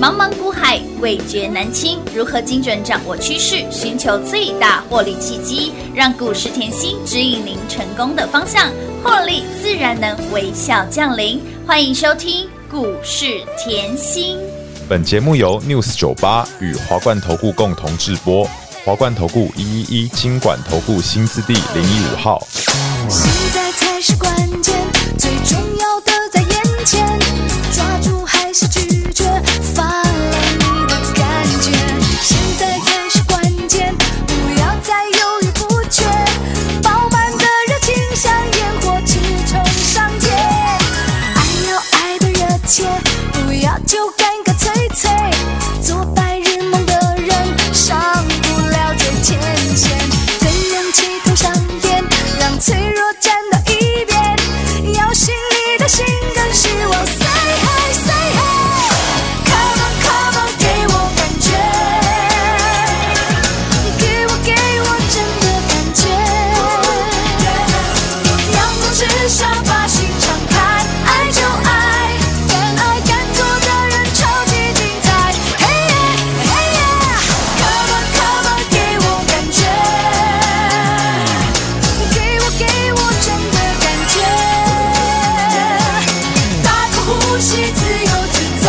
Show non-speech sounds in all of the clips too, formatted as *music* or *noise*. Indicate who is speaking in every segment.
Speaker 1: 茫茫股海，味觉难清。如何精准掌握趋势，寻求最大获利契机，让股市甜心指引您成功的方向，获利自然能微笑降临。欢迎收听股市甜心。
Speaker 2: 本节目由 News 九八与华冠投顾共同制播，华冠投顾一一一金管投顾新字第零一五号。
Speaker 3: 现在才是关键，最重要的在眼前，抓住还是拒绝，发了你的感觉。现在才是关键，不要再犹豫不决，饱满的热情像烟火直冲上天。爱要爱的热切，不要就干干脆脆，做白日梦的人上不了最前线，跟勇气同上演，让脆弱站到一边，要心里的心跟希望 say hi say hi。Come on come on，给我感觉，给我给我真的感觉，阳光之下把心敞开，爱就爱，敢爱敢做的人超级精彩。嘿耶嘿耶，Come on come on，给我感觉，给我给我真的感觉。大口呼吸，自由自在，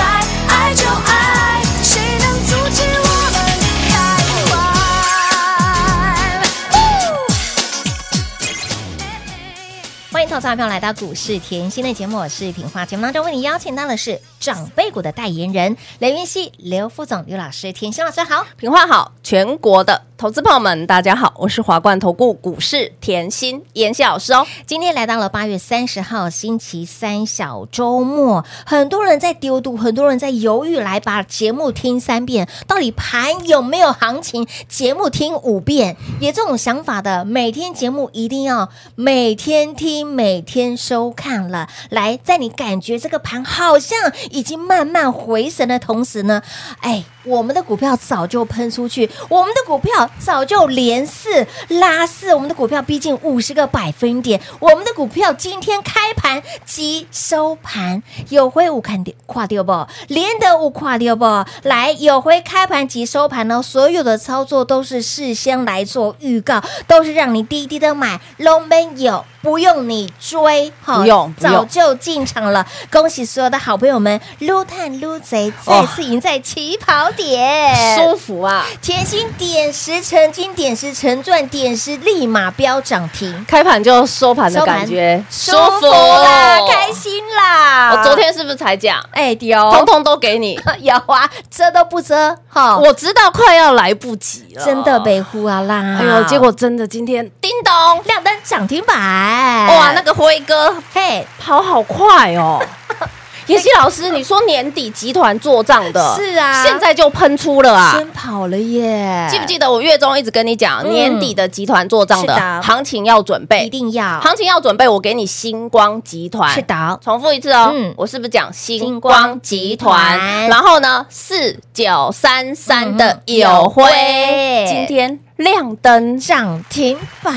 Speaker 3: 爱就爱，谁能阻止我们开怀？
Speaker 4: 欢迎投资朋友来到股市甜心的节目，我是平花。节目当中为你邀请到的是长辈股的代言人雷云熙、刘副总、刘老师、甜心老师好。
Speaker 5: 平话好，全国的投资朋友们，大家好，我是华冠投顾股市甜心妍希老师哦。
Speaker 4: 今天来到了八月三十号星期三小周末，很多人在丢度，很多人在犹豫，来把节目听三遍，到底盘有没有行情？节目听五遍，也这种想法的，每天节目一定要每天听，每天收看了。来，在你感觉这个盘好像已经慢慢回神的同时呢，哎，我们的股票早就喷出去，我们的股票早就连四拉四，我们的股票逼近五十个百分点，我们的股票今天开盘及收盘有回五看点跨掉不，连得五跨掉不，来有回开盘及收盘呢，所有的操作都是事先来做预告，都是让你低低的买，龙没有。不用你追，哈
Speaker 5: 不用不用
Speaker 4: 早就进场了。恭喜所有的好朋友们，撸探撸贼再
Speaker 5: 哦
Speaker 4: 次赢在起跑点，
Speaker 5: 舒服啊！
Speaker 4: 甜心点石成金，点石成钻，点石立马飙涨停，
Speaker 5: 开盘就收盘的感觉，
Speaker 4: 收盘舒服啦，开。心啊啦！
Speaker 5: 我啊哦昨天是不是才讲，
Speaker 4: 哎丢，
Speaker 5: 通通都给你？
Speaker 4: 有啊，遮都不遮哈，
Speaker 5: 我知道快要来不及了，
Speaker 4: 哦真的。北呼啊啦！
Speaker 5: 哎呦，结果真的今天叮咚，
Speaker 4: 亮灯涨停板，
Speaker 5: 哇，
Speaker 4: 哇
Speaker 5: 那个辉哥
Speaker 4: 嘿
Speaker 5: 跑好快
Speaker 4: *laughs*
Speaker 5: 哦！妍希老师，你说年底集团做账的，
Speaker 4: 是啊
Speaker 5: 现在就喷出了啊，
Speaker 4: 先跑了耶，
Speaker 5: 记不记得我月中一直跟你讲，
Speaker 4: 哎嗯
Speaker 5: 年底的集团做账
Speaker 4: 是的
Speaker 5: 的行情要准备，
Speaker 4: 一定要
Speaker 5: 行情要准备，我给你星光集团。
Speaker 4: 是的，
Speaker 5: 重复一次哦，
Speaker 4: 嗯
Speaker 5: 我是不是讲
Speaker 4: 星
Speaker 5: 星
Speaker 4: 光
Speaker 5: 光
Speaker 4: 集
Speaker 5: 集
Speaker 4: 团
Speaker 5: 团？然后呢，四九三三的友辉
Speaker 4: 嗯友辉，
Speaker 5: 今天亮灯，
Speaker 4: 涨停板，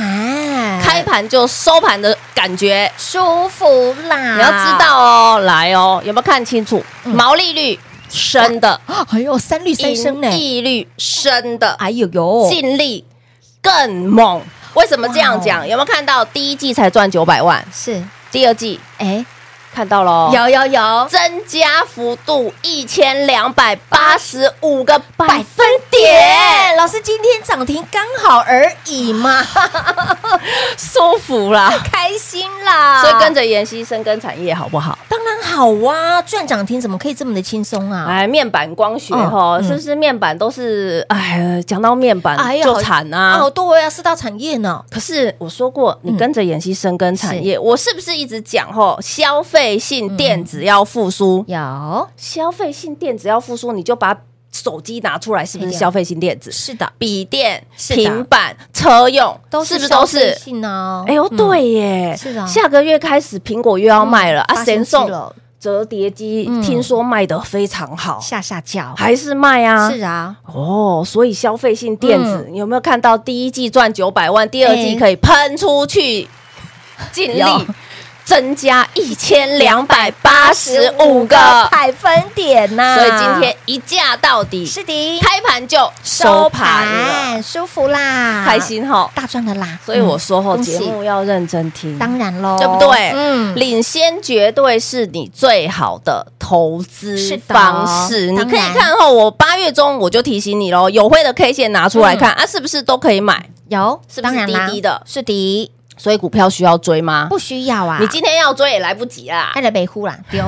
Speaker 5: 开盘就收盘的感觉，
Speaker 4: 舒服啦！
Speaker 5: 你要知，道哦，来哦，有没有看清楚？毛利率升的，
Speaker 4: *gasps* 哎呦，三绿三嗯升呢
Speaker 5: 盈，利率升的，
Speaker 4: 哎呦呦，
Speaker 5: 净利更猛。为什么这样
Speaker 4: 哇
Speaker 5: 讲？有没有看到第一季才赚九百万，
Speaker 4: 是
Speaker 5: 第二季
Speaker 4: 哎，
Speaker 5: 看到了，
Speaker 4: 有有有，
Speaker 5: 增加幅度一千两百八十五个百分
Speaker 4: 耶
Speaker 5: 点，！
Speaker 4: 老师今天涨停刚好而已
Speaker 5: *laughs*
Speaker 4: 嘛，
Speaker 5: 舒服啦。
Speaker 4: 开心啦！
Speaker 5: 所以跟着妍希深耕产业好不好？
Speaker 4: 当然好啊，赚涨停怎么可以这么的轻松啊？
Speaker 5: 哎，面板光学
Speaker 4: 嗯
Speaker 5: 哈，
Speaker 4: 嗯
Speaker 5: 是不是面板都是哎？讲到面
Speaker 4: 哎
Speaker 5: 板
Speaker 4: 呀
Speaker 5: 就惨
Speaker 4: 啊，
Speaker 5: 啊
Speaker 4: 好。嗯多呀，四大产业呢，
Speaker 5: 可是我说过，你跟着妍希深耕产业，我是不是一直讲吼，消费性电
Speaker 4: 嗯
Speaker 5: 子要复苏？
Speaker 4: 有
Speaker 5: 消费性电子要复苏，你就把手机拿出来，是不是
Speaker 4: 对啊
Speaker 5: 消费性电子？
Speaker 4: 是的，
Speaker 5: 笔电、
Speaker 4: 是的
Speaker 5: 平板、车用，
Speaker 4: 都是
Speaker 5: 是不是都
Speaker 4: 消费
Speaker 5: 是？
Speaker 4: 性哦。
Speaker 5: 哎呦，
Speaker 4: 嗯，
Speaker 5: 对耶，
Speaker 4: 是啊
Speaker 5: 下个月开始苹果又要卖了啊，
Speaker 4: 发生
Speaker 5: 神
Speaker 4: 气
Speaker 5: 送
Speaker 4: 了
Speaker 5: 折叠机
Speaker 4: 嗯
Speaker 5: 听说卖的非常好，
Speaker 4: 下下脚，
Speaker 5: 还是卖啊？
Speaker 4: 是嗯啊，
Speaker 5: 哦，所以消费性电子你有没有看到第一季赚九百万，第二季
Speaker 4: 哎
Speaker 5: 可以喷出去，净
Speaker 4: 有
Speaker 5: 利增加一千两百八十五个，
Speaker 4: 百分点呐、
Speaker 5: 所以今天一价到底，
Speaker 4: 嗯是的，
Speaker 5: 开盘就收盘了，
Speaker 4: 舒服啦，
Speaker 5: 开心哈！
Speaker 4: 大赚了啦。
Speaker 5: 所以我说
Speaker 4: 嗯
Speaker 5: 后
Speaker 4: 恭喜
Speaker 5: 节目要认真听，
Speaker 4: 当然喽，
Speaker 5: 对不对？
Speaker 4: 嗯，
Speaker 5: 领先绝对是你最好的投
Speaker 4: 是
Speaker 5: 资
Speaker 4: 的
Speaker 5: 方式。你
Speaker 4: 当然
Speaker 5: 可以看后，我八月中我就提醒你喽，有会的 K 线拿出来
Speaker 4: 嗯
Speaker 5: 看、啊，是不是都可以买？
Speaker 4: 有，
Speaker 5: 是不
Speaker 4: 当
Speaker 5: 是
Speaker 4: 然
Speaker 5: 滴
Speaker 4: 啦
Speaker 5: 滴的？
Speaker 4: 是的，
Speaker 5: 所以股票需要追吗？
Speaker 4: 不需要啊。
Speaker 5: 你今天要追也来不及
Speaker 4: *laughs*
Speaker 5: 啦，
Speaker 4: 爱了北呼啦，丢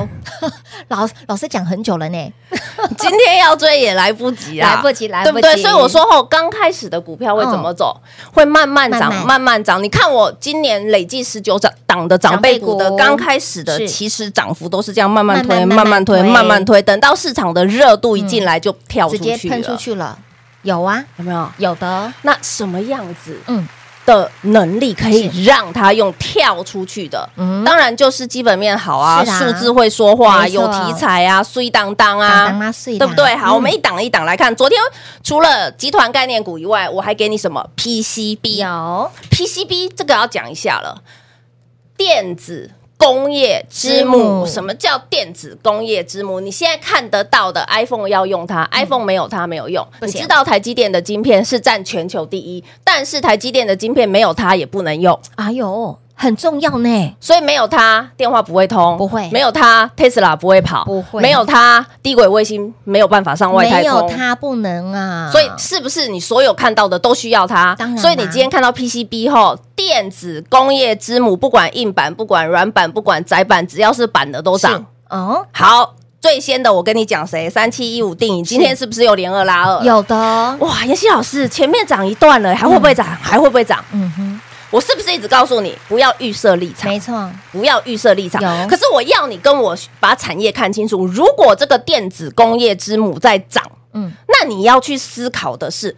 Speaker 4: *laughs* 老老师讲很久了呢，
Speaker 5: 今天要追也来不及啦，
Speaker 4: 来不及来
Speaker 5: 对
Speaker 4: 不
Speaker 5: 不
Speaker 4: 及嗯
Speaker 5: 对？所以我说后刚开始的股票会怎么走？会慢慢涨，
Speaker 4: 慢慢
Speaker 5: 慢慢涨。你看我今年累计十九涨档的长辈股的
Speaker 4: 长辈股
Speaker 5: 刚开始的
Speaker 4: 是，
Speaker 5: 其实涨幅都是这样慢慢推、
Speaker 4: 慢慢
Speaker 5: 慢慢
Speaker 4: 慢慢
Speaker 5: 推、
Speaker 4: 推嗯
Speaker 5: 慢慢推，等到市场的热度一进来就跳出
Speaker 4: 直接
Speaker 5: 去
Speaker 4: 喷出
Speaker 5: 了，
Speaker 4: 去了，有啊，
Speaker 5: 有没有？
Speaker 4: 有的，
Speaker 5: 那什么样子？
Speaker 4: 嗯，
Speaker 5: 的能力可以让它用跳出去的，
Speaker 4: 嗯
Speaker 5: 当然就是基本面好啊，
Speaker 4: 是啊
Speaker 5: 数字会说话、啊，
Speaker 4: 没错
Speaker 5: 有题材啊，碎当当
Speaker 4: 当
Speaker 5: 啊，
Speaker 4: 当啦碎啦
Speaker 5: 对不对？好，
Speaker 4: 嗯
Speaker 5: 我们一档一档来看。昨天除了集团概念股以外，我还给你什么 PCB 啊
Speaker 4: 有
Speaker 5: ？PCB 这个要讲一下了，电子。工业之母，
Speaker 4: 之母
Speaker 5: 什么叫电子工业之母？你现在看得到的 iPhone 要用它、i p h o n e 没有它没有用。
Speaker 4: 嗯不
Speaker 5: 你
Speaker 4: 行
Speaker 5: 知道台积电的晶片是占全球第一，但是台积电的晶片没有它也不能用。
Speaker 4: 哎呦，很重要呢，
Speaker 5: 所以没有它，电话不会通，
Speaker 4: 不会
Speaker 5: 没有它，Tesla 不会跑，
Speaker 4: 不会
Speaker 5: 没有它，低轨卫星没有办法上外太
Speaker 4: 没
Speaker 5: 空
Speaker 4: 有。它不能啊，
Speaker 5: 所以是不是你所有看到的都需要它？
Speaker 4: 当然啦
Speaker 5: 所以你今天看到 PCB 后，电子工业之母，不管硬板，不管软板，不管窄板，只要是板的都
Speaker 4: 是
Speaker 5: 涨。
Speaker 4: 哦，
Speaker 5: 好，最先的我跟你讲谁？三七一五定影，今天是不是又连二拉二？
Speaker 4: 有的，
Speaker 5: 哇，妍希老师前面涨一段了，还会不会涨？还会不会涨？
Speaker 4: 嗯哼，
Speaker 5: 我是不是一直告诉你不要预设立场？
Speaker 4: 没错，
Speaker 5: 不要预设立场
Speaker 4: 有。
Speaker 5: 可是我要你跟我把产业看清楚。如果这个电子工业之母在涨，
Speaker 4: 嗯，
Speaker 5: 那你要去思考的是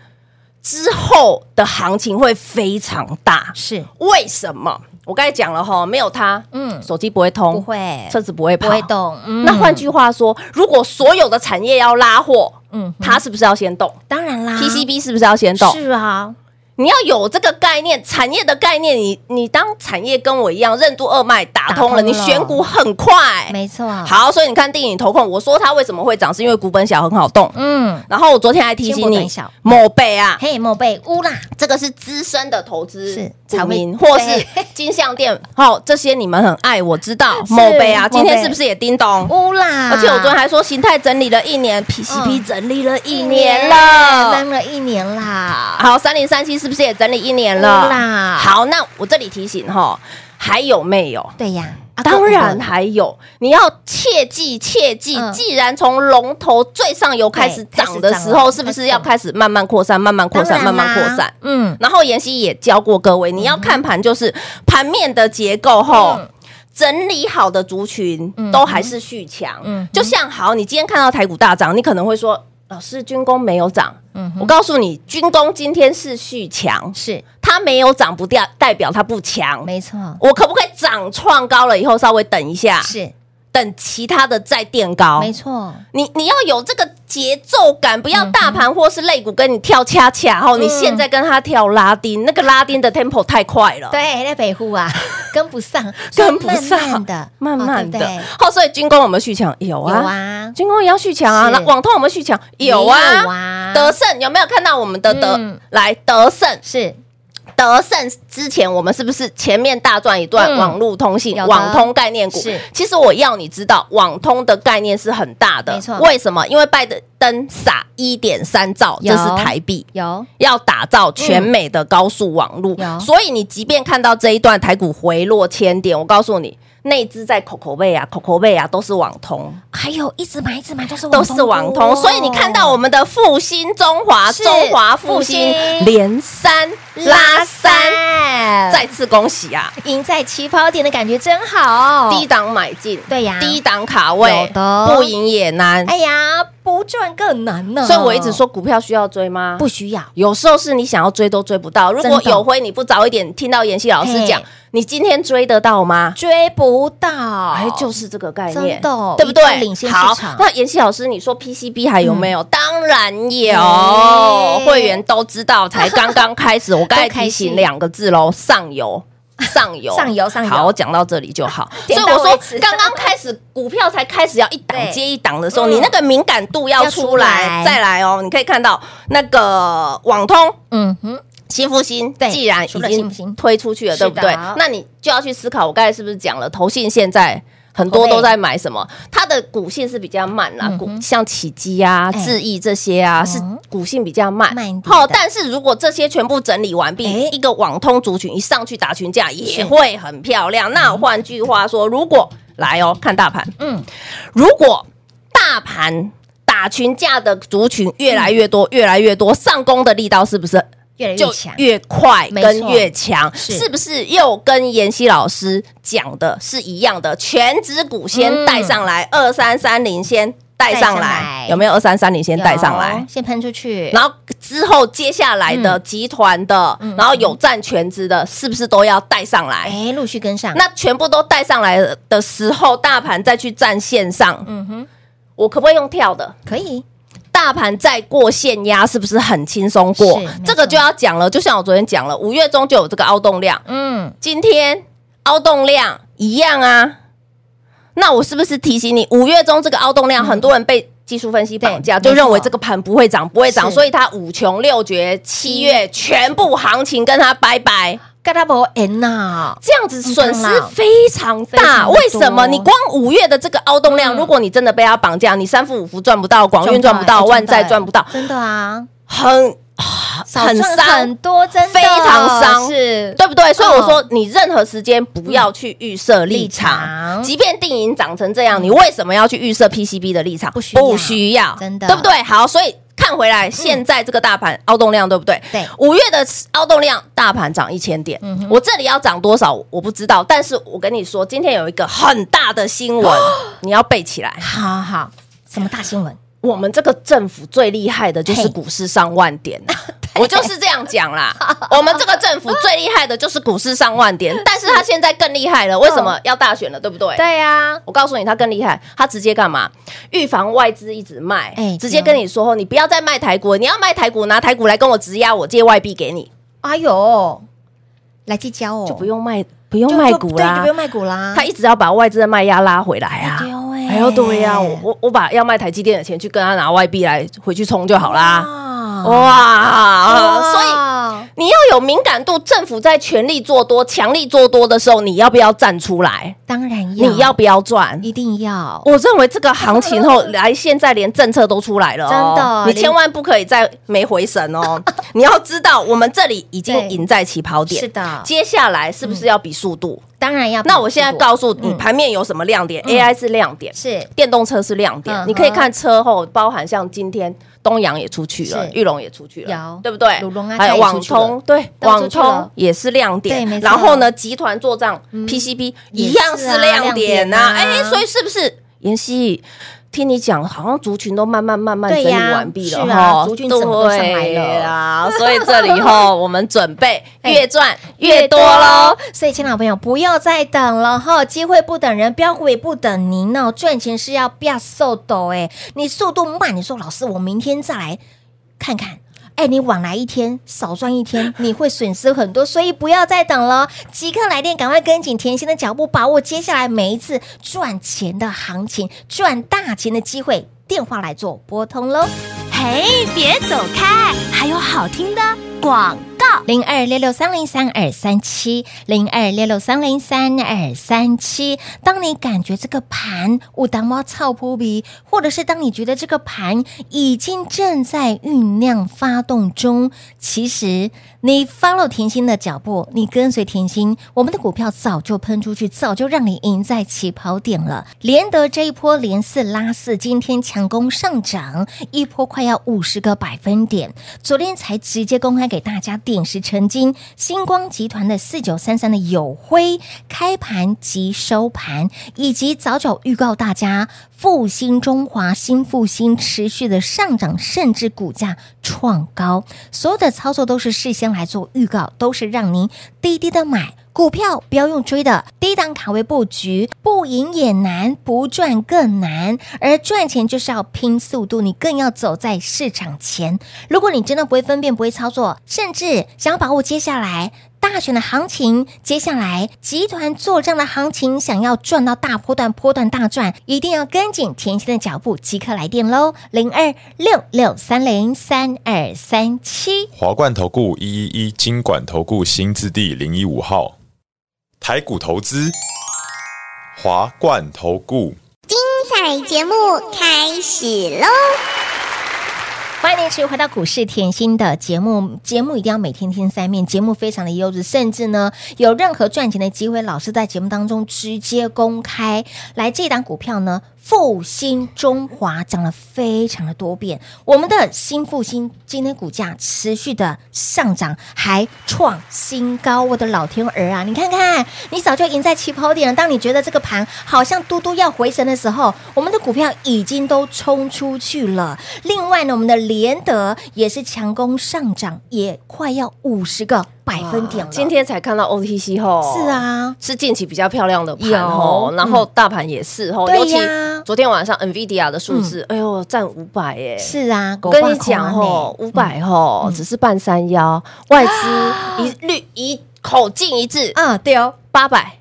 Speaker 5: 之后的行情会非常大。
Speaker 4: 是，
Speaker 5: 为什么？我刚才讲了哈，没有它，
Speaker 4: 嗯
Speaker 5: 手机不会通，
Speaker 4: 不，会，
Speaker 5: 车子不会跑，
Speaker 4: 不会。动，嗯
Speaker 5: 那换句话说，如果所有的产业要拉货，
Speaker 4: 嗯哼
Speaker 5: 它是不是要先动
Speaker 4: 当然啦
Speaker 5: ？PCB 是不是要先动？
Speaker 4: 是啊，
Speaker 5: 你要有这个概念，产业的概念，你你当产业跟我一样任督二脉打通
Speaker 4: 打通
Speaker 5: 了，
Speaker 4: 了
Speaker 5: 你选股很快。
Speaker 4: 哎没错，，
Speaker 5: 好，所以你看电影投控，我说它为什么会涨，是因为股本小很好动。
Speaker 4: 嗯，
Speaker 5: 然后我昨天还提
Speaker 4: 先
Speaker 5: 醒
Speaker 4: 股本
Speaker 5: 你
Speaker 4: 小，
Speaker 5: 某贝啊，
Speaker 4: 嘿，莫被污啦，
Speaker 5: 这个是资深的投资
Speaker 4: 是
Speaker 5: 股民，
Speaker 4: 才会
Speaker 5: 或是金项店，好、这些你们很爱，我知道。 *laughs*
Speaker 4: 是
Speaker 5: 某贝啊，
Speaker 4: 某贝
Speaker 5: 今天是不是也叮咚？
Speaker 4: 污啦，
Speaker 5: 而且我昨天还说，形态整理了一年，PCP 整理了嗯一
Speaker 4: 闷
Speaker 5: 年了。
Speaker 4: 了一年啦，
Speaker 5: *laughs* 好，三零三七是不是也整理一年
Speaker 4: 污
Speaker 5: 了？
Speaker 4: 啦
Speaker 5: 好，那我这里提醒哈，还有没有？
Speaker 4: 对呀，啊
Speaker 5: 当然，还有，你要切记切记，
Speaker 4: 嗯
Speaker 5: 既然从龙头最上游开始
Speaker 4: 对开始
Speaker 5: 涨的时
Speaker 4: 涨了
Speaker 5: 候，是不是要开始慢慢扩散、慢慢扩
Speaker 4: 当
Speaker 5: 散、
Speaker 4: 然啦啊
Speaker 5: 慢慢扩散？
Speaker 4: 嗯，
Speaker 5: 然后妍希也教过各位，你要看盘就是盘面的结构后。整理好的族群
Speaker 4: 嗯
Speaker 5: 都还是续强，
Speaker 4: 嗯哼
Speaker 5: 就像好，你今天看到台股大涨，你可能会说，老师军工没有涨，
Speaker 4: 嗯哼
Speaker 5: 我告诉你，军工今天是续强，
Speaker 4: 是
Speaker 5: 它没有涨不掉，代表它不强，
Speaker 4: 没错，
Speaker 5: 我可不可以涨创高了以后稍微等一下，
Speaker 4: 是
Speaker 5: 等其他的再垫高？
Speaker 4: 没错，
Speaker 5: 你你要有这个节奏感，不要大盘或是肋骨跟你跳恰恰
Speaker 4: 嗯
Speaker 5: 哦，你现在跟他跳拉丁，那个拉丁的 tempo 太快了。
Speaker 4: 对，在北
Speaker 5: *laughs*
Speaker 4: 户啊，跟不上，
Speaker 5: 跟不上，
Speaker 4: 慢慢的，
Speaker 5: 慢慢
Speaker 4: 哦对
Speaker 5: 的。
Speaker 4: 不对
Speaker 5: 好、所以军工我们续强有啊，
Speaker 4: 有啊，
Speaker 5: 军工也要续强啊。
Speaker 4: 是
Speaker 5: 那网通我们续强有
Speaker 4: 也
Speaker 5: 啊，
Speaker 4: 有啊
Speaker 5: 德胜有没有看到我们的德？
Speaker 4: 嗯
Speaker 5: 来德胜，
Speaker 4: 是
Speaker 5: 德胜之前，我们是不是前面大赚一段
Speaker 4: 嗯
Speaker 5: 网络通信、
Speaker 4: 有的
Speaker 5: 网通概念股
Speaker 4: 是？
Speaker 5: 其实我要你知道，网通的概念是很大的
Speaker 4: 没错，
Speaker 5: 为什么？因为拜登撒一点三兆，这
Speaker 4: 有
Speaker 5: 是台币。
Speaker 4: 有
Speaker 5: 要打造全美的高速网络，
Speaker 4: 嗯有
Speaker 5: 所以你即便看到这一段台股回落千点，我告诉你，内资在口口贝啊、口口贝啊都是网通，
Speaker 4: 还有一直买一直买都是
Speaker 5: 都是网通，
Speaker 4: 哦
Speaker 5: 所以你看到我们的复兴中华、
Speaker 4: 是
Speaker 5: 中华复兴
Speaker 4: 复兴
Speaker 5: 连三拉三，
Speaker 4: 三
Speaker 5: 再次恭喜啊！
Speaker 4: 赢在起跑点的感觉真好，
Speaker 5: 低档买进，
Speaker 4: 哦对呀
Speaker 5: 低档卡位
Speaker 4: 有的，
Speaker 5: 不赢也难。
Speaker 4: 哎呀，不赚更难呢，
Speaker 5: 所以我一直说，股票需要追吗？
Speaker 4: 不需要，
Speaker 5: 有时候是你想要追都追不到。如果
Speaker 4: 真的
Speaker 5: 有辉你不早一点听到妍希老师讲
Speaker 4: 嘿，
Speaker 5: 你今天追得到吗？
Speaker 4: 追不到，
Speaker 5: 哎，就是这个概
Speaker 4: 哦真
Speaker 5: 念，
Speaker 4: 的哦
Speaker 5: 对不
Speaker 4: 一定
Speaker 5: 对？
Speaker 4: 领先市
Speaker 5: 好
Speaker 4: 场，嗯
Speaker 5: 那妍希老师，你说 PCB 还有没有？当然有
Speaker 4: 哎， *laughs*
Speaker 5: 会员都知道，才刚刚开始。我刚才
Speaker 4: 都开
Speaker 5: 提
Speaker 4: 心
Speaker 5: 醒两个字喽，上游。上
Speaker 4: *laughs*
Speaker 5: 游，
Speaker 4: 上游上游
Speaker 5: 好，讲到这里就好。所
Speaker 4: 点
Speaker 5: 以
Speaker 4: 到
Speaker 5: 我说
Speaker 4: 为止，
Speaker 5: 刚刚开始股票才开始要一
Speaker 4: *laughs*
Speaker 5: 档
Speaker 4: 对
Speaker 5: 接一档的时候，
Speaker 4: 嗯
Speaker 5: 你那个敏感度要
Speaker 4: 要出
Speaker 5: 出来
Speaker 4: 来。
Speaker 5: 再来哦，你可以看到那个网通。
Speaker 4: 嗯哼，
Speaker 5: 新复兴，
Speaker 4: 对
Speaker 5: 既然
Speaker 4: 除
Speaker 5: 已
Speaker 4: 了新复兴
Speaker 5: 经推出去了，
Speaker 4: 是的
Speaker 5: 对不对？那你就要去思考，我刚才是不是讲了，投信现在很多
Speaker 4: 投配
Speaker 5: 都在买什么？它的股性是比较慢啦，
Speaker 4: 嗯哼
Speaker 5: 股像起基啊、
Speaker 4: 哎
Speaker 5: 智易这些啊，是
Speaker 4: 嗯
Speaker 5: 股性比较慢。
Speaker 4: 慢一点的
Speaker 5: 好，但是如果这些全部整理完毕
Speaker 4: 哎，
Speaker 5: 一个网通族群一上去打群架
Speaker 4: 是
Speaker 5: 也会很漂亮。那换句话说，如果来哦，看大盘，
Speaker 4: 嗯，
Speaker 5: 如果大盘打群架的族群越来越多，越来越多，上攻的力道是不是
Speaker 4: 越来越
Speaker 5: 就
Speaker 4: 强，
Speaker 5: 越快
Speaker 4: 没错
Speaker 5: 跟越强，
Speaker 4: 是
Speaker 5: 是不是又跟妍希老师讲的是一样的？全指股
Speaker 4: 嗯
Speaker 5: 先带上来，二三三零先带上
Speaker 4: 带上
Speaker 5: 来
Speaker 4: 来，
Speaker 5: 有没有二三三零先带上来
Speaker 4: 有？嗯先喷出去，
Speaker 5: 然后之后接下来的集团的，然后有占全资的，是不是都要带上来？
Speaker 4: 嗯哎，陆续跟上，
Speaker 5: 那全部都带上来的时候，大盘再去站线上，
Speaker 4: 嗯哼，
Speaker 5: 我可不可以用跳的？
Speaker 4: 可以，
Speaker 5: 大盘再过限压，是不是很轻松
Speaker 4: 是
Speaker 5: 过
Speaker 4: 没错？
Speaker 5: 这个就要讲了，就像我昨天讲了，五月中就有这个凹动量，
Speaker 4: 嗯，
Speaker 5: 今天凹动量一样啊。那我是不是提醒你，五月中这个凹动量，很多人被技术分析绑架，
Speaker 4: 嗯对
Speaker 5: 就认
Speaker 4: 没
Speaker 5: 为
Speaker 4: 错
Speaker 5: 这个盘不会涨，不会涨，
Speaker 4: 是嗯
Speaker 5: 所以它五穷六绝，七月全部行情跟它拜拜。
Speaker 4: 嘎达伯恩呐，
Speaker 5: 这样子损
Speaker 4: 嗯
Speaker 5: 失非常
Speaker 4: 非常
Speaker 5: 大。
Speaker 4: 多
Speaker 5: 为什么？你光五月的这个凹动
Speaker 4: 嗯
Speaker 5: 量，如果你真的被它绑架，你三富五福赚不到，广运赚不
Speaker 4: 哎
Speaker 5: 到，万债赚不到，
Speaker 4: 真的啊，
Speaker 5: 很
Speaker 4: 少
Speaker 5: 很
Speaker 4: 赚
Speaker 5: 伤
Speaker 4: 很。多，真的
Speaker 5: 非常伤
Speaker 4: 是，
Speaker 5: 对不对？所以我
Speaker 4: 嗯
Speaker 5: 说，你任何时间不要去预设立
Speaker 4: 立
Speaker 5: 场，
Speaker 4: 场
Speaker 5: 即便定盈涨成这样，你为什么要去预设 PCB 的立场？
Speaker 4: 不需要
Speaker 5: 需要
Speaker 4: 真的嗯
Speaker 5: 对不对？好，所以看回来，现在这个大盘凹动量，对不对？
Speaker 4: 对
Speaker 5: 五月的凹动量，大盘涨一千点
Speaker 4: 嗯哼，
Speaker 5: 我这里要涨多少我不知道，但是我跟你说，今天有一个很大的
Speaker 4: *gasps*
Speaker 5: 新闻，你要背起来。
Speaker 4: 好好，什么大新闻？
Speaker 5: 我们这个政府最厉害的就是
Speaker 4: 嘿
Speaker 5: 股市上万
Speaker 4: *laughs*
Speaker 5: 点、啊。我就是这样讲啦，我们这个政府最厉害的就是股市上万
Speaker 4: *laughs*
Speaker 5: 点，但是他现在更厉害了，为什么要大选了，对不对？
Speaker 4: 嗯对呀，
Speaker 5: 我告诉你，他更厉害，他直接干嘛？预防外资一直卖，
Speaker 4: 哎
Speaker 5: 直接跟你说，你不要再卖台股，你要卖台股，拿台股来跟我质押，我借外币给你，
Speaker 4: 哎呦，来去教哦，
Speaker 5: 就不用卖，不用
Speaker 4: 就
Speaker 5: 卖股
Speaker 4: 对，就
Speaker 5: 啦
Speaker 4: 不。用卖股啦，
Speaker 5: 他一直要把外资的卖压拉回来啊！
Speaker 4: 哎呦喂
Speaker 5: 哎呦，对呀、我我我把要卖台积电的钱去跟他拿外币来回去冲就好啦。
Speaker 4: 啊
Speaker 5: 哇，
Speaker 4: 哇
Speaker 5: 所以你要有敏感度，政府在全力做多、强力做多的时候，你要不要站出来？
Speaker 4: 当然要，
Speaker 5: 你要不要赚？
Speaker 4: 一定要，
Speaker 5: 我认为这个行情后来，现在连政策都出来了、哦，
Speaker 4: 真的
Speaker 5: 你千万不可以再没回神哦。 *laughs* 你要知道，我们这里已经赢在起跑
Speaker 4: *laughs*
Speaker 5: 点，
Speaker 4: 是的，
Speaker 5: 接下来是不是要比速度？
Speaker 4: 当然要比速度。
Speaker 5: 那我现在告诉你，
Speaker 4: 嗯
Speaker 5: 盘面有什么亮点、a i 是亮点，
Speaker 4: 是
Speaker 5: 电动车是亮点
Speaker 4: 嗯，哼
Speaker 5: 你可以看车后，包含像今天东阳也出去了
Speaker 4: 是，
Speaker 5: 玉龙也出去
Speaker 4: 有
Speaker 5: 了，对不对
Speaker 4: 鲁龙啊？它
Speaker 5: 还有
Speaker 4: 也
Speaker 5: 网
Speaker 4: 出去了
Speaker 5: 通，对，
Speaker 4: 都出
Speaker 5: 网
Speaker 4: 去了
Speaker 5: 通也是亮
Speaker 4: 对没
Speaker 5: 点。
Speaker 4: 错嗯
Speaker 5: 然后呢，集团做账 PCB
Speaker 4: 也
Speaker 5: 一样
Speaker 4: 是
Speaker 5: 是
Speaker 4: 啊
Speaker 5: 亮点
Speaker 4: 亮
Speaker 5: 呐，
Speaker 4: 点啊
Speaker 5: 哎，所以是不是妍希？听你讲，好像族群都慢慢慢慢整
Speaker 4: 对
Speaker 5: 理
Speaker 4: 呀
Speaker 5: 完毕了
Speaker 4: 是啊
Speaker 5: 哈
Speaker 4: 族群整个都上来了
Speaker 5: 对啊，所以这里哈，我们准备
Speaker 4: *laughs* 哎
Speaker 5: 越赚越多喽。。
Speaker 4: 所以，亲老朋友，不要再等了哈，机会不等人，标股也不等您哦。赚钱是要不要受抖哎，你速度慢，你说老师，我明天再来看看。哎，你晚来一天，少赚一天，你会损失很多，所以不要再等了，即刻来电，赶快跟紧甜心的脚步，把握接下来每一次赚钱的行情、赚大钱的机会。电话来做拨通喽。
Speaker 1: 嘿，别走开，还有好听的广告。
Speaker 4: 零二六六三零三二三七，零二六六三零三二三七。当你感觉这个盘我当猫操扑鼻，或者是当你觉得这个盘已经正在酝酿发动中，其实你 follow 甜心的脚步，你跟随甜心，我们的股票早就喷出去，早就让你赢在起跑点了。连得这一波连四拉四，今天强攻上涨，一波快要五十个百分点。昨天才直接公开给大家点石成金，星光集团的四九三三的友辉开盘及收盘，以及早早预告大家复兴中华、新复兴持续的上涨，甚至股价创高。所有的操作都是事先来做预告，都是让您低低的买。股票不要用追的，低档卡位布局，不赢也难，不赚更难。而赚钱就是要拼速度，你更要走在市场前。如果你真的不会分辨、不会操作，甚至想要把握接下来大选的行情，接下来集团做账的行情，想要赚到大波段、波段大赚，一定要跟紧甜心的脚步，即刻来电喽，零二六六三零三二三七。
Speaker 2: 华冠投顾一一一金管投顾新字第零一五号，台股投资，华冠投顾。
Speaker 6: 彩节目开始喽！
Speaker 4: 欢迎持续回到股市甜心的节目，节目一定要每天听三面，节目非常的优质，甚至呢有任何赚钱的机会，老师在节目当中直接公开。来，这档股票呢，复兴中华涨了非常的多遍，我们的新复兴今天股价持续的上涨，还创新高，我的老天儿啊！你看看，你早就赢在起跑点了。当你觉得这个盘好像嘟嘟要回神的时候，我们的股票已经都冲出去了。另外呢，我们的联德也是强攻上涨，也快要五十个百分点了。
Speaker 5: 今天才看到 OTC 吼，
Speaker 4: 是，啊，
Speaker 5: 是近期比较漂亮的
Speaker 4: 有嗯
Speaker 5: 盘吼，然后大盘也是吼，
Speaker 4: 对呀嗯
Speaker 5: 尤其昨天晚上 NVIDIA 的数字，哎呦，占五百耶，
Speaker 4: 是啊，
Speaker 5: 我
Speaker 4: 狗
Speaker 5: 跟
Speaker 4: 爸
Speaker 5: 你讲
Speaker 4: 恐啊
Speaker 5: 吼，
Speaker 4: 呢嗯
Speaker 5: 五百吼，只是半山腰，
Speaker 4: *gasps*
Speaker 5: 外资一律一口径一致，
Speaker 4: 啊，对哦，*laughs*
Speaker 5: 八百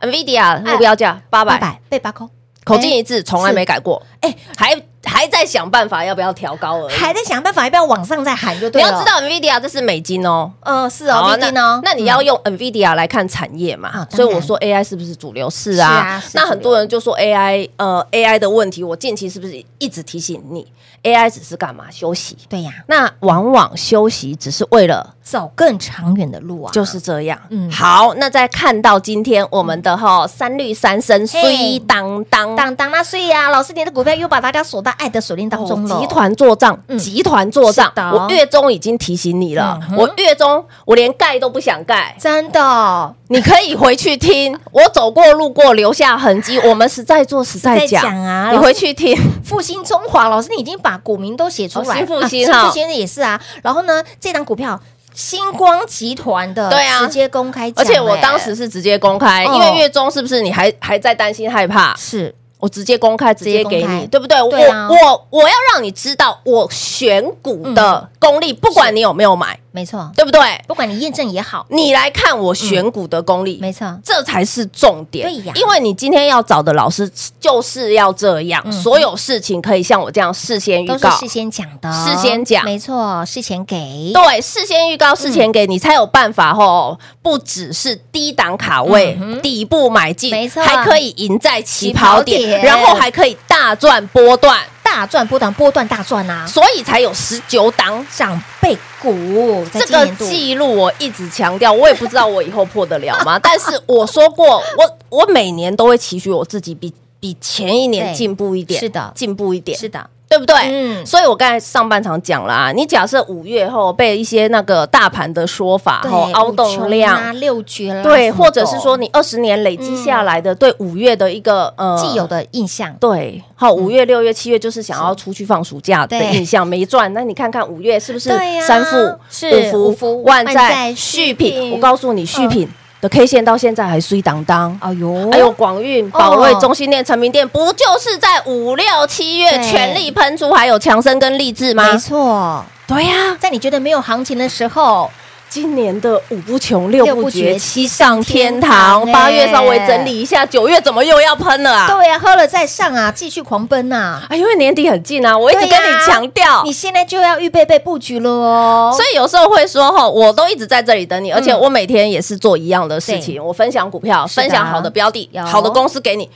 Speaker 5: ，NVIDIA 目标价八
Speaker 4: 八
Speaker 5: 百，
Speaker 4: 百被八扣，
Speaker 5: 口径一致，从来没改过，
Speaker 4: 哎，
Speaker 5: 还还在想办法要不要调高而已。
Speaker 4: *laughs* 还在想办法要不要往上再喊就
Speaker 5: 你
Speaker 4: 对了。哦
Speaker 5: 要知，道，NVIDIA 这是美金哦。
Speaker 4: 呃，是
Speaker 5: 好
Speaker 4: 哦，
Speaker 5: 啊
Speaker 4: 毕竟哦，
Speaker 5: 那那你要用 NVIDIA 来看产业嘛
Speaker 4: 啊？当然
Speaker 5: 所以我说 AI 是不是主流？是
Speaker 4: 是
Speaker 5: 啊
Speaker 4: 啊是。
Speaker 5: 那很
Speaker 4: 主流
Speaker 5: 多人就说 AI，呃，AI 的问题，我近期是不是一直提醒你，AI 只是干嘛休息？
Speaker 4: 对呀，
Speaker 5: 那往往休息只是为了
Speaker 4: 走更长远的路啊，
Speaker 5: 就是这样。
Speaker 4: 嗯
Speaker 5: 好，那再看到今天我们的哈三绿三升水当当
Speaker 4: 当当那税呀，老师，你的股票又把大家锁到爱的锁链当中了。
Speaker 5: 哦集团做账
Speaker 4: 嗯，
Speaker 5: 集团做账
Speaker 4: 是的。
Speaker 5: 我月中已经提醒你了
Speaker 4: 嗯哼，
Speaker 5: 我月中我连盖都不想盖。
Speaker 4: 真的哦
Speaker 5: 你可以回去听， *laughs* 我走过路过留下痕迹，我们实在做实在
Speaker 4: 实在讲
Speaker 5: 讲
Speaker 4: 啊
Speaker 5: 你
Speaker 4: 老师
Speaker 5: 回去听，
Speaker 4: 复兴中华老师，你已经把股民都写出来，
Speaker 5: 哦新复兴
Speaker 4: 啊
Speaker 5: 哦
Speaker 4: 新复兴的也是啊。然后呢，这档股票星光集团的，
Speaker 5: 对啊
Speaker 4: 直接公开讲
Speaker 5: 而
Speaker 4: 欸，
Speaker 5: 且我当时是直接公开，
Speaker 4: 哦
Speaker 5: 因为月中是不是你还还在担心害怕？
Speaker 4: 是
Speaker 5: 我直接公开，直
Speaker 4: 接
Speaker 5: 接
Speaker 4: 公开
Speaker 5: 给你，对不对？
Speaker 4: 对啊
Speaker 5: 我我我要让你知道我选股
Speaker 4: 嗯
Speaker 5: 的功力，不管你有没有买，
Speaker 4: 没错，
Speaker 5: 对不对？
Speaker 4: 不管你验证也好，
Speaker 5: 你来看我选股的功力，
Speaker 4: 没错，
Speaker 5: 这才是重
Speaker 4: 嗯
Speaker 5: 点。
Speaker 4: 对呀
Speaker 5: 因为你今天要找的老师就是要这样，所有事情可以像我这样事先预
Speaker 4: 嗯都是
Speaker 5: 告。
Speaker 4: 事先讲的，哦
Speaker 5: 事先讲
Speaker 4: 没错，事前给，
Speaker 5: 对，事先预告，事前
Speaker 4: 嗯
Speaker 5: 给你才有办法吼，不只是低档卡位、底部买进，
Speaker 4: 嗯没错
Speaker 5: 还可以赢在起跑点，
Speaker 4: 起跑点啊
Speaker 5: 然后还可以大赚波段，
Speaker 4: 大赚波段，波段大赚啊，
Speaker 5: 所以才有十九档
Speaker 4: 长辈股在
Speaker 5: 这
Speaker 4: 今
Speaker 5: 个
Speaker 4: 年度
Speaker 5: 记录我一直强调，我也不知道我以后破得了吗？ *laughs* 但是我说过，我我每年都会期许我自己比比前一年
Speaker 4: 对
Speaker 5: 进步一点，
Speaker 4: 是的
Speaker 5: 进步一点，
Speaker 4: 是的，
Speaker 5: 对不对？
Speaker 4: 嗯
Speaker 5: 所以我刚才上半场讲了啊，你假设五月后被一些那个大盘的说法后
Speaker 4: 对，
Speaker 5: 凹
Speaker 4: 五重
Speaker 5: 动
Speaker 4: 啦
Speaker 5: 量。
Speaker 4: 六绝啦，
Speaker 5: 对，
Speaker 4: 什么
Speaker 5: 或者是
Speaker 4: 的嗯
Speaker 5: 说你二十年累积下来的对五月的一个呃
Speaker 4: 既有的印象，
Speaker 5: 对，好，五月、六月、七月就是想要出去放暑假的
Speaker 4: 对
Speaker 5: 印象没赚，那你看看五月是不是
Speaker 4: 对呀
Speaker 5: 三富、
Speaker 4: 是五
Speaker 5: 五
Speaker 4: 福
Speaker 5: 福、万
Speaker 4: 万
Speaker 5: 载
Speaker 4: 载、续
Speaker 5: 续
Speaker 4: 品嗯
Speaker 5: 品？我告诉你，续品的 K 线到现在还衰当当。
Speaker 4: 哎呦，
Speaker 5: 还有广
Speaker 4: 哦
Speaker 5: 运、宝瑞、中心店、成名店，不就是在五六七月
Speaker 4: 对
Speaker 5: 全力喷出，还有强生跟励志
Speaker 4: 没
Speaker 5: 吗？
Speaker 4: 错，啊
Speaker 5: 对呀、
Speaker 4: 在你觉得没有行情的时候，
Speaker 5: 今年的五不穷、六
Speaker 4: 六不
Speaker 5: 不
Speaker 4: 绝
Speaker 5: 绝、七上天
Speaker 4: 七上
Speaker 5: 堂。
Speaker 4: 天堂
Speaker 5: 八月稍微
Speaker 4: 哎
Speaker 5: 整理一下，九月怎么又要喷了啊？
Speaker 4: 对呀、喝了再上啊，继续狂奔啊！
Speaker 5: 哎，因为年底很近啊，我一直跟
Speaker 4: 对呀
Speaker 5: 你强调，
Speaker 4: 你现在就要预备被布局了哦。
Speaker 5: 所以有时候会说吼，我都一直在这里等你，而且我每天也是做一样的事情，我分享股票，
Speaker 4: 嗯是的啊
Speaker 5: 分享好的标的
Speaker 4: 有、
Speaker 5: 好的公司给你，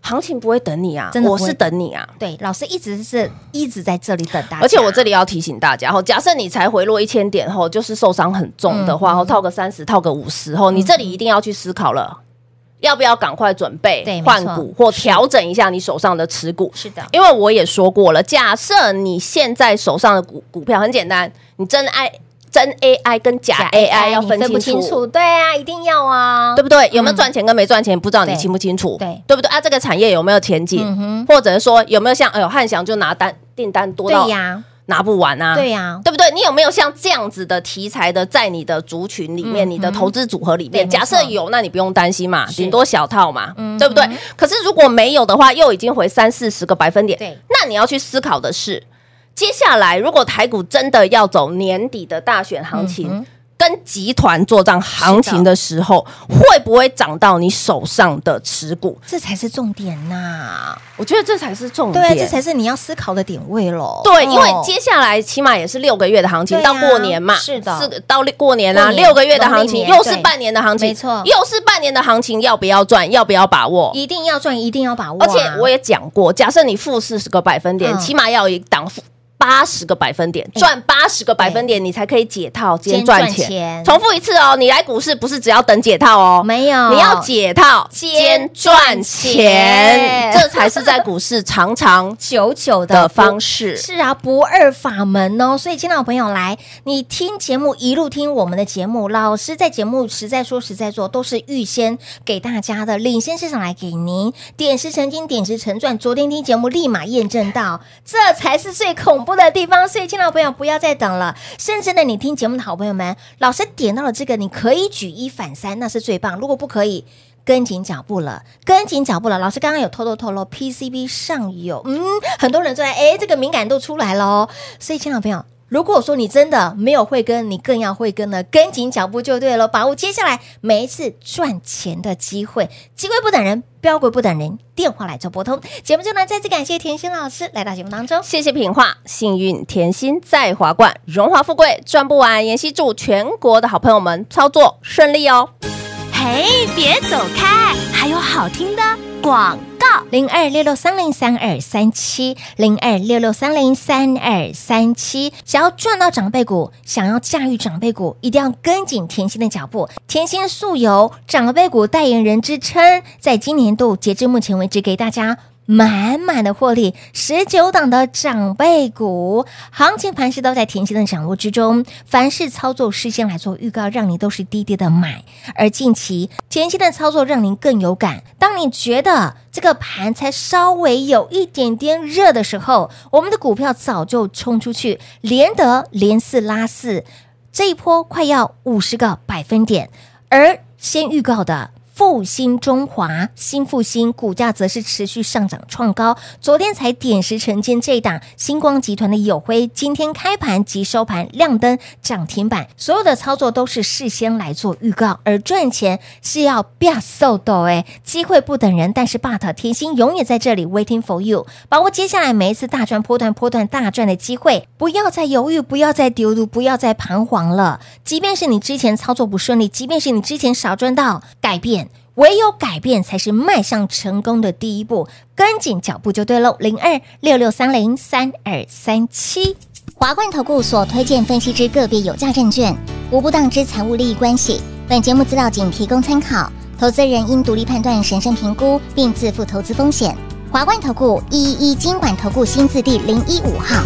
Speaker 5: 行情不会等你啊
Speaker 4: 真，的不
Speaker 5: 我
Speaker 4: 会
Speaker 5: 是等你啊。
Speaker 4: 对，老师一直是一直在这里等大家，
Speaker 5: 而且我这里要提醒大家吼，假设你才回落一千点后，就是受伤很重的话，吼哦套个三十，套个五十嗯后，你这里一定要去思考了，要不要赶快准
Speaker 4: 对
Speaker 5: 备换
Speaker 4: 没错
Speaker 5: 股或调整一下你手上的持股？
Speaker 4: 是的
Speaker 5: 因为我也说过了，假设你现在手上的股股票很简单，你真爱真 AI 跟假 AI 要
Speaker 4: 你
Speaker 5: 分
Speaker 4: 不
Speaker 5: 清
Speaker 4: 清
Speaker 5: 楚。
Speaker 4: 楚，对啊，一定要啊，
Speaker 5: 对不对？有没有赚钱跟没赚钱，不知道你
Speaker 4: 对
Speaker 5: 清不清楚？
Speaker 4: 对
Speaker 5: 对不嗯对啊？这个产业有没有前景？
Speaker 4: 嗯哼
Speaker 5: 或者是说有没有像哎呦汉翔就拿单订单多到
Speaker 4: 对呀，
Speaker 5: 拿不完啊？
Speaker 4: 对呀，
Speaker 5: 对不对？你有没有像这样子的题材的，在你的族群里面、你的投资组合
Speaker 4: 嗯
Speaker 5: 里
Speaker 4: 对
Speaker 5: 面？
Speaker 4: 没
Speaker 5: 假设
Speaker 4: 错
Speaker 5: 有，那你不用担心嘛，
Speaker 4: 是
Speaker 5: 顶多小套嘛，对不对？可是如果没有的话，又已经回三四十个百分点，
Speaker 4: 对
Speaker 5: 那你要去
Speaker 4: 嗯
Speaker 5: 思考的是，接下来如果台股真的要走年底的大选行情。跟集团做账行情的时候，会不会涨到你手上的持股？
Speaker 4: 这才是重点呐、
Speaker 5: 我觉得这才是重
Speaker 4: 对
Speaker 5: 点。
Speaker 4: 啊，这才是你要思考的点位喽。
Speaker 5: 对，
Speaker 4: 哦
Speaker 5: 因为接下来起码也是六个月的行情，
Speaker 4: 对啊
Speaker 5: 到过年嘛，
Speaker 4: 是的
Speaker 5: 四个到过年啊，
Speaker 4: 过年
Speaker 5: 六个月的行情，
Speaker 4: 农历年
Speaker 5: 又是半年的行情，
Speaker 4: 没错
Speaker 5: 又是半年的行情，要不要赚？要不要把握？
Speaker 4: 一定要赚，一定要把握啊、
Speaker 5: 而且我也讲过，假设你负四十个百分点，
Speaker 4: 嗯
Speaker 5: 起码要有一档负。八十个百分点，赚八十个百分点，你才可以解套兼
Speaker 4: 兼
Speaker 5: 赚
Speaker 4: 赚
Speaker 5: 钱。
Speaker 4: 钱
Speaker 5: 重复一次哦，你来股市不是只要等解套哦，
Speaker 4: 没有，
Speaker 5: 你要解套
Speaker 4: 兼
Speaker 5: 兼赚钱
Speaker 4: 钱，
Speaker 5: 这才是在股市常常
Speaker 4: 久久
Speaker 5: 的
Speaker 4: 的
Speaker 5: 方式。
Speaker 4: 是啊，不二法门哦。所以，亲爱的朋友来，你听节目一路听我们的节目，老师在节目实在说实在做，都是预先给大家的，领先市场来给您点石成金，点石成钻。昨天听节目立马验证到， *laughs* 这才是最恐怖的地方。所以，亲爱的朋友，不要再等了。甚至呢，你听节目的好朋友们，老师点到了这个，你可以举一反三，那是最棒。如果不可以，跟紧脚步了，跟紧脚步了。老师刚刚有偷偷透露，PCB 上游，嗯，很多人都在，哎，这个敏感度出来了哦。所以，亲爱的朋友，如果说你真的没有慧根，你更要慧根了，跟紧脚步就对了，把握接下来每一次赚钱的机会，机会不等人，标股不等人，电话来做拨通。节目中呢，再次感谢甜心老师来到节目当中。
Speaker 5: 谢谢品画，幸运甜心在华冠，荣华富贵赚不完。妍希祝全国的好朋友们操作顺利哦。
Speaker 1: 嘿，别走开，还有好听的广告。
Speaker 4: 零二六六三零三二三七，零二六六三零三二三七。想要赚到长辈股，想要驾驭长辈股，一定要跟紧甜心的脚步。甜心素有长辈股代言人之称，在今年度截至目前为止，给大家。满满的获利，十九档的长辈股，行情盘势都在甜心的掌握之中。凡是操作事先来做预告，让你都是低低的买。而近期甜心的操作让您更有感，当你觉得这个盘才稍微有一点点热的时候，我们的股票早就冲出去，连得连四拉四，这一波快要五十个百分点，而先预告的。复兴中华、新复兴股价则是持续上涨创高，昨天才点石成金这一档星光集团的友辉，今天开盘及收盘亮灯涨停板，所有的操作都是事先来做预告，而赚钱是要变速的哎，机会不等人，但是 but 甜心永远在这里 waiting for you，把握接下来每一次大赚、波段、波段大赚的机会，不要再犹豫，不要再丢度，不要再彷徨了。即便是你之前操作不顺利，即便是你之前少赚到，改变。唯有改变才是迈向成功的第一步，跟紧脚步就对喽。零二六六三零三二三七。
Speaker 6: 华冠投顾所推荐分析之个别有价证券，无不当之财务利益关系。本节目资料仅提供参考，投资人应独立判断、审慎评估，并自负投资风险。华冠投顾一一一金管投顾新字第零一五号。